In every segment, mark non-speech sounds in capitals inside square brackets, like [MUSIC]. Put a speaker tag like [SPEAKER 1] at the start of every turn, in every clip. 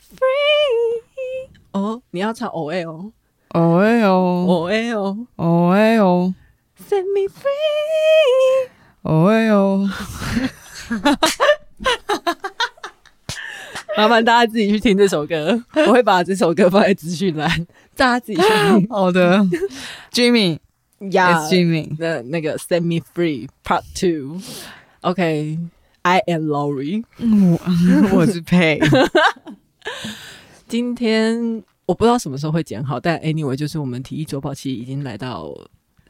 [SPEAKER 1] free。哦，你要唱 O A 哦
[SPEAKER 2] 哦哎哦，
[SPEAKER 1] ，O A
[SPEAKER 2] [LAUGHS]
[SPEAKER 1] 哦
[SPEAKER 2] 哦哎哦，
[SPEAKER 1] ，Set me free。
[SPEAKER 2] 哦哎哦，
[SPEAKER 1] [LAUGHS] 麻烦大家自己去听这首歌，我会把这首歌放在资讯栏，大家自己去听。
[SPEAKER 2] 好的，Jimmy，It's
[SPEAKER 1] 呀
[SPEAKER 2] Jimmy，
[SPEAKER 1] 那那个 Set me free Part Two。OK，I、am Lori。
[SPEAKER 2] [LAUGHS] 我我是佩，
[SPEAKER 1] 今天我不知道什么时候会剪好，但 anyway，就是我们体育周报其实已经来到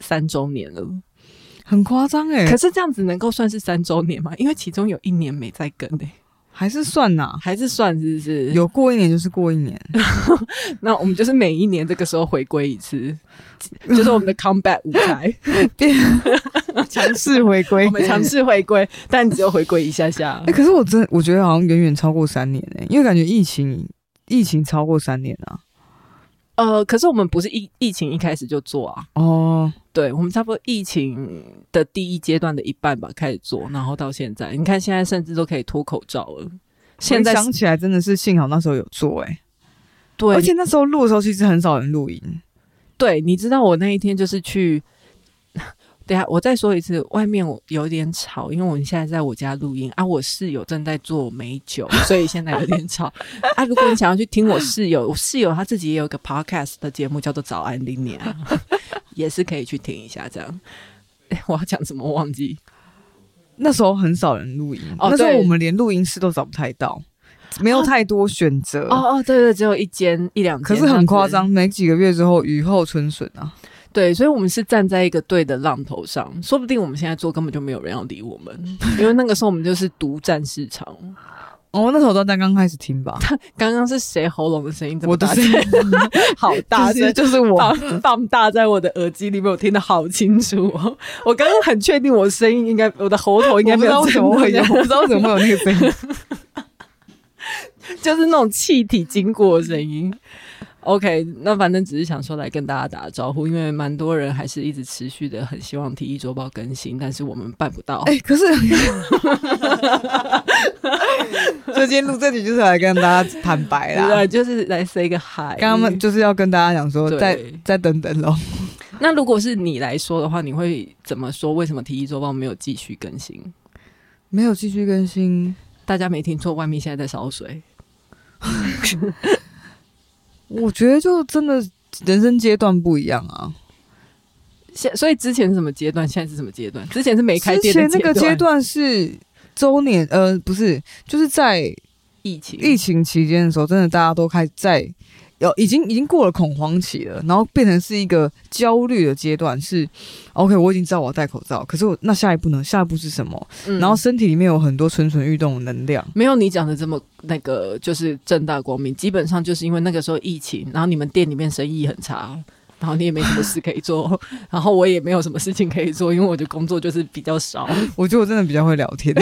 [SPEAKER 1] 三周年了。
[SPEAKER 2] 很夸张哎
[SPEAKER 1] 可，是这样子能够算是三周年吗？因为其中有一年没在更诶、
[SPEAKER 2] 还是算啦，
[SPEAKER 1] 还是算是不是？
[SPEAKER 2] 有过一年就是过一年，
[SPEAKER 1] 那我们就是每一年这个时候回归一
[SPEAKER 2] [LAUGHS]
[SPEAKER 1] 次，就是我们的 comeback 舞台，
[SPEAKER 2] 强势回归
[SPEAKER 1] 我。们尝试回归，但只有回归一下下
[SPEAKER 2] 哎、。可是我真我觉得好像远远超过三年哎、因为感觉疫情疫情超过三年啊。
[SPEAKER 1] 呃，可是我们不是疫疫情一开始就做啊，
[SPEAKER 2] 哦，
[SPEAKER 1] 对我们差不多疫情的第一阶段的一半吧开始做，然后到现在，你看现在甚至都可以脱口罩了。现在
[SPEAKER 2] 回想起来真的是幸好那时候有做哎、
[SPEAKER 1] 对，
[SPEAKER 2] 而且那时候录的时候其实很少人录音，
[SPEAKER 1] 对，你知道我那一天就是去， [LAUGHS] 等一下我再说一次，外面我有点吵，因为我们现在在我家录音啊，我室友正在做美酒，所以现在有点吵啊。如果你想要去听我室友，我室友他自己也有一个 podcast 的节目叫做《早安林年》， [LAUGHS] 也是可以去听一下。这样， [LAUGHS] 哎我要讲什么我忘记，
[SPEAKER 2] 那时候很少人录音，
[SPEAKER 1] 哦
[SPEAKER 2] 那时候
[SPEAKER 1] 对
[SPEAKER 2] 我们连录音室都找不太到，没有太多选择。
[SPEAKER 1] 哦哦，对对，只有一间一两间，
[SPEAKER 2] 可是很夸。张，没几个月之后雨后春笋啊！
[SPEAKER 1] 对，所以我们是站在一个对的浪头上，说不定我们现在做根本就没有人要理我们，
[SPEAKER 2] [LAUGHS]
[SPEAKER 1] 因为那个时候我们就是独占市场。
[SPEAKER 2] 哦，那时候大家刚开始听 [LAUGHS] 吧，
[SPEAKER 1] 刚刚是谁喉咙的声音这么
[SPEAKER 2] 我的 [LAUGHS]
[SPEAKER 1] 大
[SPEAKER 2] 声
[SPEAKER 1] 声？
[SPEAKER 2] 音
[SPEAKER 1] 好大
[SPEAKER 2] [LAUGHS] 就是
[SPEAKER 1] 声，
[SPEAKER 2] 就是我，
[SPEAKER 1] 放放大在我的耳机里面，我听得好清楚哦。我刚刚很确定我声音应该，我的喉头应该
[SPEAKER 2] [LAUGHS] 我不
[SPEAKER 1] 没有
[SPEAKER 2] 知道为什么会有，
[SPEAKER 1] 这
[SPEAKER 2] 我
[SPEAKER 1] 样
[SPEAKER 2] 不知道为什么会有那个声 [LAUGHS] 音。
[SPEAKER 1] 就是那种气体经过的声音。OK，那反正只是想说来跟大家打个招呼，因为蛮多人还是一直持续的很希望《体育周报》更新，但是我们办不到。
[SPEAKER 2] 哎、可是， [LAUGHS] 所以今天录这集就是来跟大家坦白
[SPEAKER 1] 对
[SPEAKER 2] 啦 [LAUGHS]
[SPEAKER 1] 啊，，就是来 say 个 hi。
[SPEAKER 2] 刚刚就是要跟大家讲说，
[SPEAKER 1] 对
[SPEAKER 2] 再再等等喽。
[SPEAKER 1] 那如果是你来说的话，你会怎么说？为什么《体育周报》没有继续更新？
[SPEAKER 2] 没有继续更新，
[SPEAKER 1] 大家没听错，外面现在在烧水。
[SPEAKER 2] 我觉得就真的人生阶段不一样啊。
[SPEAKER 1] 现所以之前是什么阶段？现在是什么阶段？之前是没开
[SPEAKER 2] 之
[SPEAKER 1] 店的
[SPEAKER 2] 前那个阶
[SPEAKER 1] 阶，
[SPEAKER 2] 段是周年，呃，不是，就是在
[SPEAKER 1] 疫情，
[SPEAKER 2] 疫情期间的时候，真的大家都开始在有已经已经过了恐慌期了，然后变成是一个焦虑的阶段。是 OK，我已经知道我要戴口罩，可是我那下一步呢？下一步是什么？
[SPEAKER 1] 嗯
[SPEAKER 2] 然后身体里面有很多蠢蠢欲动的能量。 [LAUGHS]
[SPEAKER 1] 没有你讲的这么那个，就是正大光明。基本上就是因为那个时候疫情，然后你们店里面生意很差，然后你也没什么事可以做， [LAUGHS] 然后我也没有什么事情可以做，因为我的工作就是比较少。
[SPEAKER 2] 我觉得我真的比较会聊
[SPEAKER 1] [LAUGHS]
[SPEAKER 2] 天，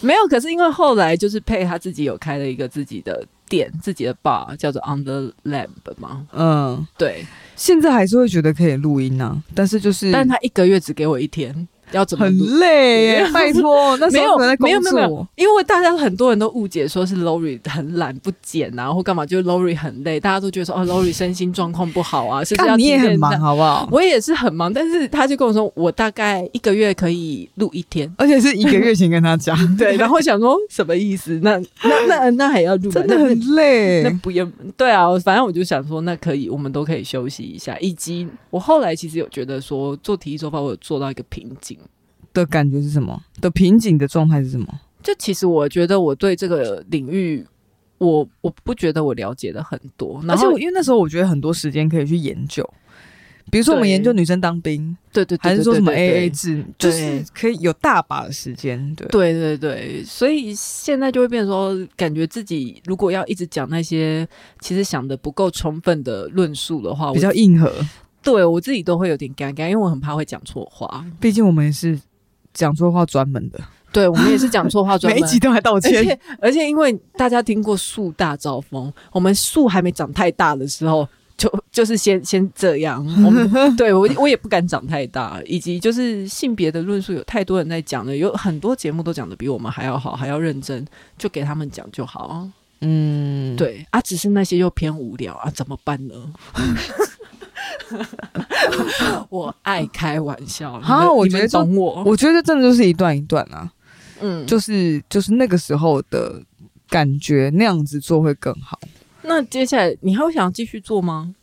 [SPEAKER 1] 没有，可是因为后来就是佩他自己有开了一个自己的店，自己的 bar 叫做 On the Lamp 嘛，
[SPEAKER 2] 嗯，
[SPEAKER 1] 对，
[SPEAKER 2] 现在还是会觉得可以录音啊，但是就是
[SPEAKER 1] 但他一个月只给我一天，要怎么
[SPEAKER 2] 很
[SPEAKER 1] 录？
[SPEAKER 2] 累耶，拜托，那时
[SPEAKER 1] 没
[SPEAKER 2] 候
[SPEAKER 1] 有
[SPEAKER 2] 可能在
[SPEAKER 1] 没有
[SPEAKER 2] 工
[SPEAKER 1] 没有没有
[SPEAKER 2] 作，，
[SPEAKER 1] 因为大家很多人都误解说是 Lori 很懒不剪啊，或干嘛，就是 Lori 很累，大家都觉得说哦 Lori 身心状况不好
[SPEAKER 2] [LAUGHS]
[SPEAKER 1] 啊，是不是要
[SPEAKER 2] 看你也
[SPEAKER 1] 体谅
[SPEAKER 2] 很
[SPEAKER 1] 一
[SPEAKER 2] 忙，
[SPEAKER 1] 下。
[SPEAKER 2] 好不好？，
[SPEAKER 1] 我也是很忙，但是他就跟我说，我大概一个月可以录一天
[SPEAKER 2] 而且是一个月前跟
[SPEAKER 1] [LAUGHS]
[SPEAKER 2] 他讲，
[SPEAKER 1] 对，然后我想说什么意思？那那那那还要录吗？
[SPEAKER 2] 真的 [LAUGHS]
[SPEAKER 1] 那
[SPEAKER 2] 很累
[SPEAKER 1] 那。不也对啊，我反正我就想说，那可以，我们都可以休息一下。以及我后来其实有觉得说，做体育周报我有做到一个瓶颈，
[SPEAKER 2] 的感觉是什么？的瓶颈的状态是什么？
[SPEAKER 1] 就其实我觉得我对这个领域，我我不觉得我了解的很多，
[SPEAKER 2] 而
[SPEAKER 1] 然
[SPEAKER 2] 且
[SPEAKER 1] 后
[SPEAKER 2] 我因为那时候我觉得很多时间可以去研究，比如说我们
[SPEAKER 1] 对
[SPEAKER 2] 研究女生当兵，
[SPEAKER 1] 对对对对
[SPEAKER 2] 还是说什么
[SPEAKER 1] 对
[SPEAKER 2] AA
[SPEAKER 1] 对
[SPEAKER 2] 制，就
[SPEAKER 1] 对
[SPEAKER 2] 是可以有大把的时间。对，
[SPEAKER 1] 对对对，所以现在就会变成说，感觉自己如果要一直讲那些其实想的不够充分的论述的话，我
[SPEAKER 2] 比较硬核。
[SPEAKER 1] 对我自己都会有点尴尬，因为我很怕会讲错
[SPEAKER 2] [LAUGHS]
[SPEAKER 1] 话。
[SPEAKER 2] 毕竟我们也是讲错话专门的，
[SPEAKER 1] 对我们也是讲错话专
[SPEAKER 2] 每一
[SPEAKER 1] 门。
[SPEAKER 2] 集都来道
[SPEAKER 1] 而
[SPEAKER 2] 歉。
[SPEAKER 1] 且而且，因为大家听过树大招风，我们树还没长太大的时候，就就是先先这样。我
[SPEAKER 2] [LAUGHS]
[SPEAKER 1] 们对我我也不敢长太大，以及就是性别的论述，有太多人在讲了，有很多节目都讲的比我们还要好，还要认真，就给他们讲就好。
[SPEAKER 2] [LAUGHS] 嗯，
[SPEAKER 1] 对啊，只是那些又偏无聊啊，怎么办呢？ [LAUGHS] 我爱开玩笑，你
[SPEAKER 2] 啊
[SPEAKER 1] 们
[SPEAKER 2] 我
[SPEAKER 1] 你们
[SPEAKER 2] 觉得
[SPEAKER 1] 懂我，
[SPEAKER 2] 我觉得真的就是一段一段啊，
[SPEAKER 1] 嗯，就
[SPEAKER 2] 就是就是那个时候的感觉，那样子做会更好。
[SPEAKER 1] 那接下来你还会想继续做吗？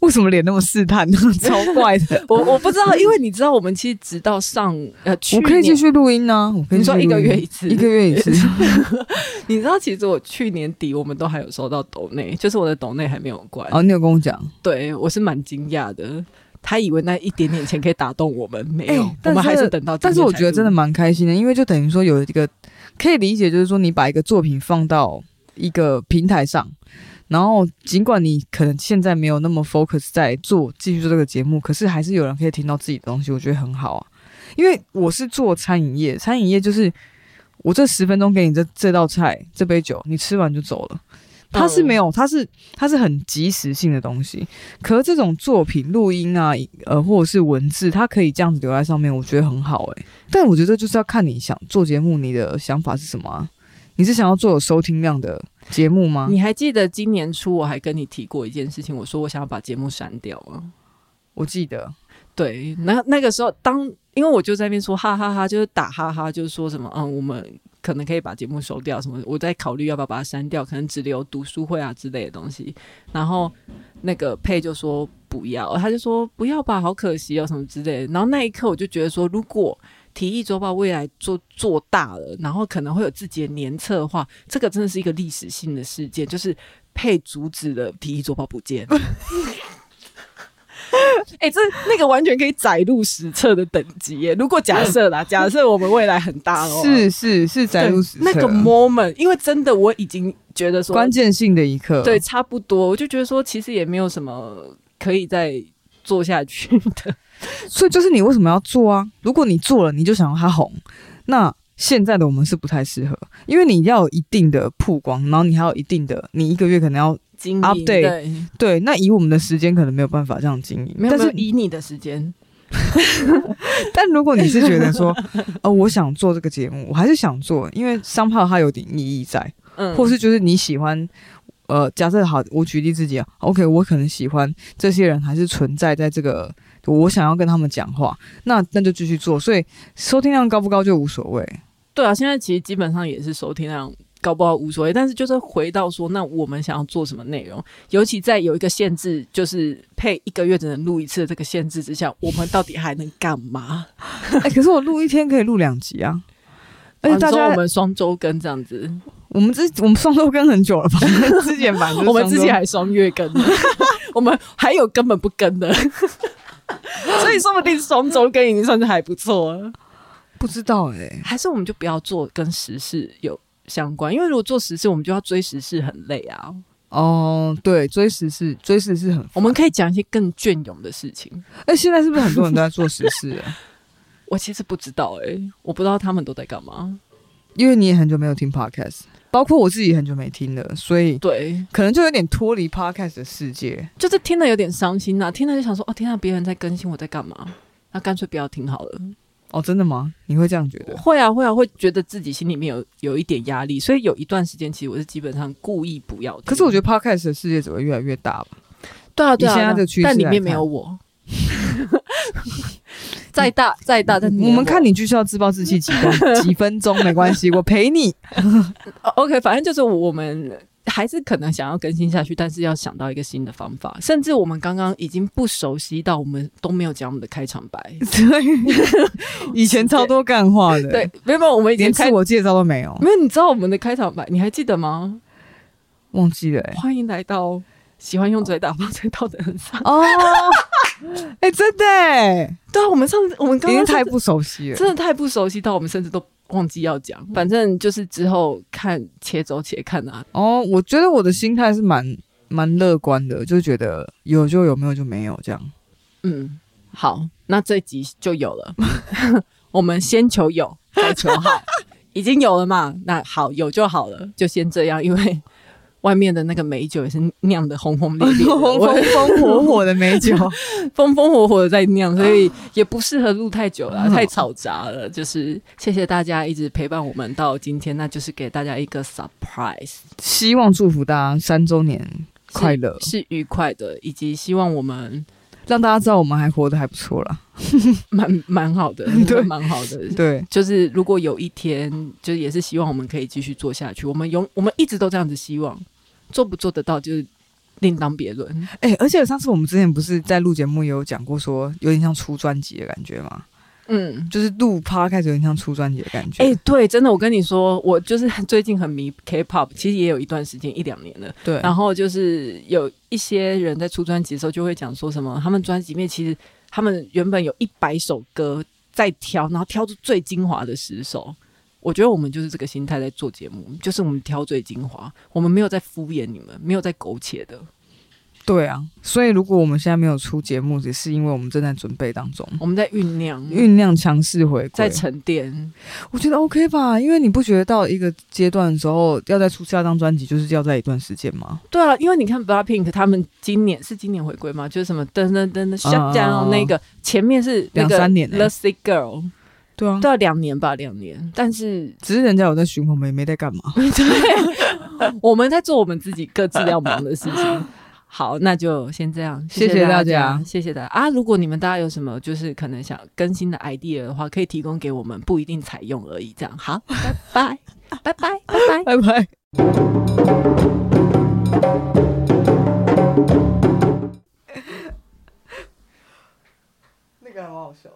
[SPEAKER 2] 为什么脸那么试探呢？ [LAUGHS] 超怪的。
[SPEAKER 1] 我我不知道，因为你知道，我们其实直到上呃， [LAUGHS] 去
[SPEAKER 2] 我可以
[SPEAKER 1] 年
[SPEAKER 2] 继，续录音呢、我可以
[SPEAKER 1] 你说
[SPEAKER 2] 继续
[SPEAKER 1] 一个
[SPEAKER 2] 录音
[SPEAKER 1] 月一次
[SPEAKER 2] 一个月一
[SPEAKER 1] [LAUGHS]
[SPEAKER 2] 次，
[SPEAKER 1] 你知道，其实我去年底我们都还有收到抖内，就是我的抖内还没有关，
[SPEAKER 2] 哦，你有跟我讲，
[SPEAKER 1] 对我是蛮惊讶的。他以为那一点点钱可以打动我们，没有，
[SPEAKER 2] 哎
[SPEAKER 1] 我
[SPEAKER 2] 但
[SPEAKER 1] 们还
[SPEAKER 2] 是
[SPEAKER 1] 是等到今天才录。
[SPEAKER 2] 但是我觉得真的蛮开心的，因为就等于说有一个可以理解，就是说你把一个作品放到一个平台上，然后尽管你可能现在没有那么 focus 在做继续做这个节目，可是还是有人可以听到自己的东西，我觉得很好啊。因为我是做餐饮业，餐饮业就是我这十分钟给你这这道菜这杯酒，你吃完就走了。它是没有，它是它是很即时性的东西。可是这种作品录音啊，呃，或者是文字，它可以这样子留在上面，我觉得很好诶、但我觉得就是要看你想做节目，你的想法是什么啊？你是想要做有收听量的节目吗？
[SPEAKER 1] 你还记得今年初我还跟你提过一件事情，我说我想要把节目删掉吗？
[SPEAKER 2] 我记得，
[SPEAKER 1] 对，那那个时候当因为我就在那边说哈哈哈就是打哈哈，就是说什么嗯，我们可能可以把节目收掉什么，我在考虑要不要把它删掉，可能只留读书会啊之类的东西。然后那个佩就说不要，他就说不要吧，好可惜哦什么之类的。然后那一刻我就觉得说，如果提议周报未来做做大了，然后可能会有自己的年测的话，这个真的是一个历史性的事件，就是佩阻止了提议周报不见。 [LAUGHS] 哎、这那个完全可以载入史册的等级耶！如果假设 [LAUGHS] 啦，假设我们未来很大哦，
[SPEAKER 2] 是是是载入史册啊
[SPEAKER 1] 那个 moment，因为真的我已经觉得说
[SPEAKER 2] 关键性的一刻，啊
[SPEAKER 1] 对，差不多，我就觉得说其实也没有什么可以再做下去的。
[SPEAKER 2] 所以就是你为什么要做啊？如果你做了，你就想要它红，那现在的我们是不太适合，因为你要有一定的曝光，然后你还有一定的，你一个月可能要
[SPEAKER 1] 经营
[SPEAKER 2] Update
[SPEAKER 1] 对，
[SPEAKER 2] 对，那以我们的时间可能没有办法这样经营，
[SPEAKER 1] 没有
[SPEAKER 2] 但
[SPEAKER 1] 没有
[SPEAKER 2] 是
[SPEAKER 1] 以你的时间，
[SPEAKER 2] 但如果你是觉得说， [LAUGHS] 哦，我想做这个节目，我还是想做，因为商炮它有点意义在，
[SPEAKER 1] 嗯，
[SPEAKER 2] 或是就是你喜欢，呃，假设好，我举例自己啊，OK，我可能喜欢这些人还是存在在这个，我想要跟他们讲话，那那就继续做，所以收听量高不高就无所谓，
[SPEAKER 1] [LAUGHS] 对啊，现在其实基本上也是收听量高不高无所谓，但是就是回到说，那我们想要做什么内容，尤其在有一个限制，就是配一个月只能录一次的这个限制之下，我们到底还能干嘛？
[SPEAKER 2] 哎、可是我录一天可以录两集啊，而且大
[SPEAKER 1] 你说
[SPEAKER 2] 家
[SPEAKER 1] 我们双周更这样子，
[SPEAKER 2] 我们之我们双周更很久了吧？之前反正
[SPEAKER 1] [LAUGHS] 我们之前还双月更 [LAUGHS] 呢，我们还有根本不更 [LAUGHS] 的，所以说不定双周更已经算是还不错了。
[SPEAKER 2] 不知道哎、
[SPEAKER 1] 还是我们就不要做跟时事有相关，因为如果做时事，我们就要追时事，很累啊。
[SPEAKER 2] 哦，对，追时事，追时事很
[SPEAKER 1] 我们可以讲一些更隽永的事情。
[SPEAKER 2] 哎、现在是不是很多人都在做实事了？
[SPEAKER 1] 我其实不知道哎、我不知道他们都在干嘛。
[SPEAKER 2] 因为你也很久没有听 podcast，包括我自己也很久没听了，所以
[SPEAKER 1] 对，
[SPEAKER 2] 可能就有点脱离 podcast 的世界。
[SPEAKER 1] 就是听了有点伤心呐、听了就想说，哦，天啊，别人在更新，我在干嘛？那干脆不要听好了。
[SPEAKER 2] 哦，真的吗？你会这样觉得？
[SPEAKER 1] 会啊，会啊，会觉得自己心里面有有一点压力，所以有一段时间，其实我是基本上故意不要听。
[SPEAKER 2] 可是我觉得 podcast 的世界只会越来越大吧。
[SPEAKER 1] 对啊，对啊，
[SPEAKER 2] 以现在的
[SPEAKER 1] 对啊
[SPEAKER 2] 趋势
[SPEAKER 1] 但里
[SPEAKER 2] 来
[SPEAKER 1] 面没
[SPEAKER 2] 看
[SPEAKER 1] 有我。再大再大，但是
[SPEAKER 2] 嗯我们看
[SPEAKER 1] 你。
[SPEAKER 2] 你就是要自暴自弃
[SPEAKER 1] [LAUGHS]
[SPEAKER 2] 几分几分钟没关系，我陪你。
[SPEAKER 1] 哦 OK，反正就是我们还是可能想要更新下去，但是要想到一个新的方法。甚至我们刚刚已经不熟悉到我们都没有讲我们的开场
[SPEAKER 2] [LAUGHS]
[SPEAKER 1] 白，
[SPEAKER 2] 以前超多干话的，
[SPEAKER 1] 对，，没有，没有我们已经
[SPEAKER 2] 连
[SPEAKER 1] 开
[SPEAKER 2] 自我介绍都没有，
[SPEAKER 1] 没有，你知道我们的开场白，你还记得吗？
[SPEAKER 2] 忘记
[SPEAKER 1] [LAUGHS]
[SPEAKER 2] 了、欸。
[SPEAKER 1] 欢迎来到喜欢用嘴打发嘴道的人上。
[SPEAKER 2] [LAUGHS] 哦，哎、真的、欸，
[SPEAKER 1] 对啊，我们上次我们
[SPEAKER 2] 已
[SPEAKER 1] 刚
[SPEAKER 2] 经
[SPEAKER 1] 刚
[SPEAKER 2] 太
[SPEAKER 1] 太
[SPEAKER 2] 不熟悉了。
[SPEAKER 1] 真的太不熟悉到我们甚至都忘记要讲。反正就是之后看且走且看啊，
[SPEAKER 2] 哦，我觉得我的心态是蛮蛮乐观的，就觉得有就有，没有就没有这样。
[SPEAKER 1] 嗯，好，那这集就有了。 [LAUGHS] 我们先求有，再求好，已经有了嘛？那好，有就好了，就先这样，因为外面的那个美酒也是酿的轰轰烈
[SPEAKER 2] [LAUGHS]
[SPEAKER 1] 烈 [LAUGHS] 的，
[SPEAKER 2] 风
[SPEAKER 1] 我
[SPEAKER 2] 风风火火的美酒，
[SPEAKER 1] 风风火火的在酿，所以也不适合录太久 [LAUGHS] 了，
[SPEAKER 2] 嗯
[SPEAKER 1] 太嘈杂了。就是谢谢大家一直陪伴我们到今天，那就是给大家一个 surprise，
[SPEAKER 2] [LAUGHS] 希望祝福大家三周年快乐，
[SPEAKER 1] 是愉快的，以及希望我们
[SPEAKER 2] 让大家知道我们还活得还不错啦。
[SPEAKER 1] 蛮蛮好
[SPEAKER 2] [LAUGHS]
[SPEAKER 1] 的，
[SPEAKER 2] 对
[SPEAKER 1] 蛮好的。
[SPEAKER 2] 对，
[SPEAKER 1] 就是如果有一天，就是也是希望我们可以继续做下去，我们永我们一直都这样子希望，做不做得到就是另当别论。
[SPEAKER 2] 哎、而且上次我们之前不是在录节目也有讲过说有点像出专辑的感觉吗？
[SPEAKER 1] 嗯，
[SPEAKER 2] 就是录趴开始有点像出专辑的感觉。
[SPEAKER 1] 哎、对，真的，我跟你说，我就是最近很迷 K-pop，其实也有一段时间一两年了。
[SPEAKER 2] 对，
[SPEAKER 1] 然后就是有一些人在出专辑的时候，就会讲说什么，他们专辑里面其实他们原本有一百首歌在挑，然后挑出最精华的十首。我觉得我们就是这个心态在做节目，就是我们挑最精华，我们没有在敷衍你们，没有在苟且
[SPEAKER 2] 嗯
[SPEAKER 1] 的，
[SPEAKER 2] 对啊，所以如果我们现在没有出节目，只是因为我们正在准备当中，
[SPEAKER 1] 我们在酝酿，
[SPEAKER 2] 酝酿强势回
[SPEAKER 1] 在
[SPEAKER 2] 归。
[SPEAKER 1] 沉淀。
[SPEAKER 2] 我觉得 OK 吧，因为你不觉得到一个阶段的时候，要再出下张专辑，就是要在一段时间吗？
[SPEAKER 1] 对啊，因为你看 BLACKPINK 他们今年是今年回归嘛，就是什么噔噔噔噔 shut down 那个，前面是那个
[SPEAKER 2] 啊两三年欸
[SPEAKER 1] The Sick Girl，
[SPEAKER 2] 对啊，
[SPEAKER 1] 对啊，两年吧，两年。但是
[SPEAKER 2] 只是人家有在巡回，我们也没在干嘛。
[SPEAKER 1] 我们在做我们自己各自要忙的事情。好，那就先这样，
[SPEAKER 2] 谢谢
[SPEAKER 1] 大
[SPEAKER 2] 大家
[SPEAKER 1] 谢谢大家啊！如果你们大家有什么就是可能想更新的 idea 的话，可以提供给我们，不一定采用而已。这样好，拜拜，拜拜，拜拜。
[SPEAKER 2] 拜拜。那个还蛮好笑。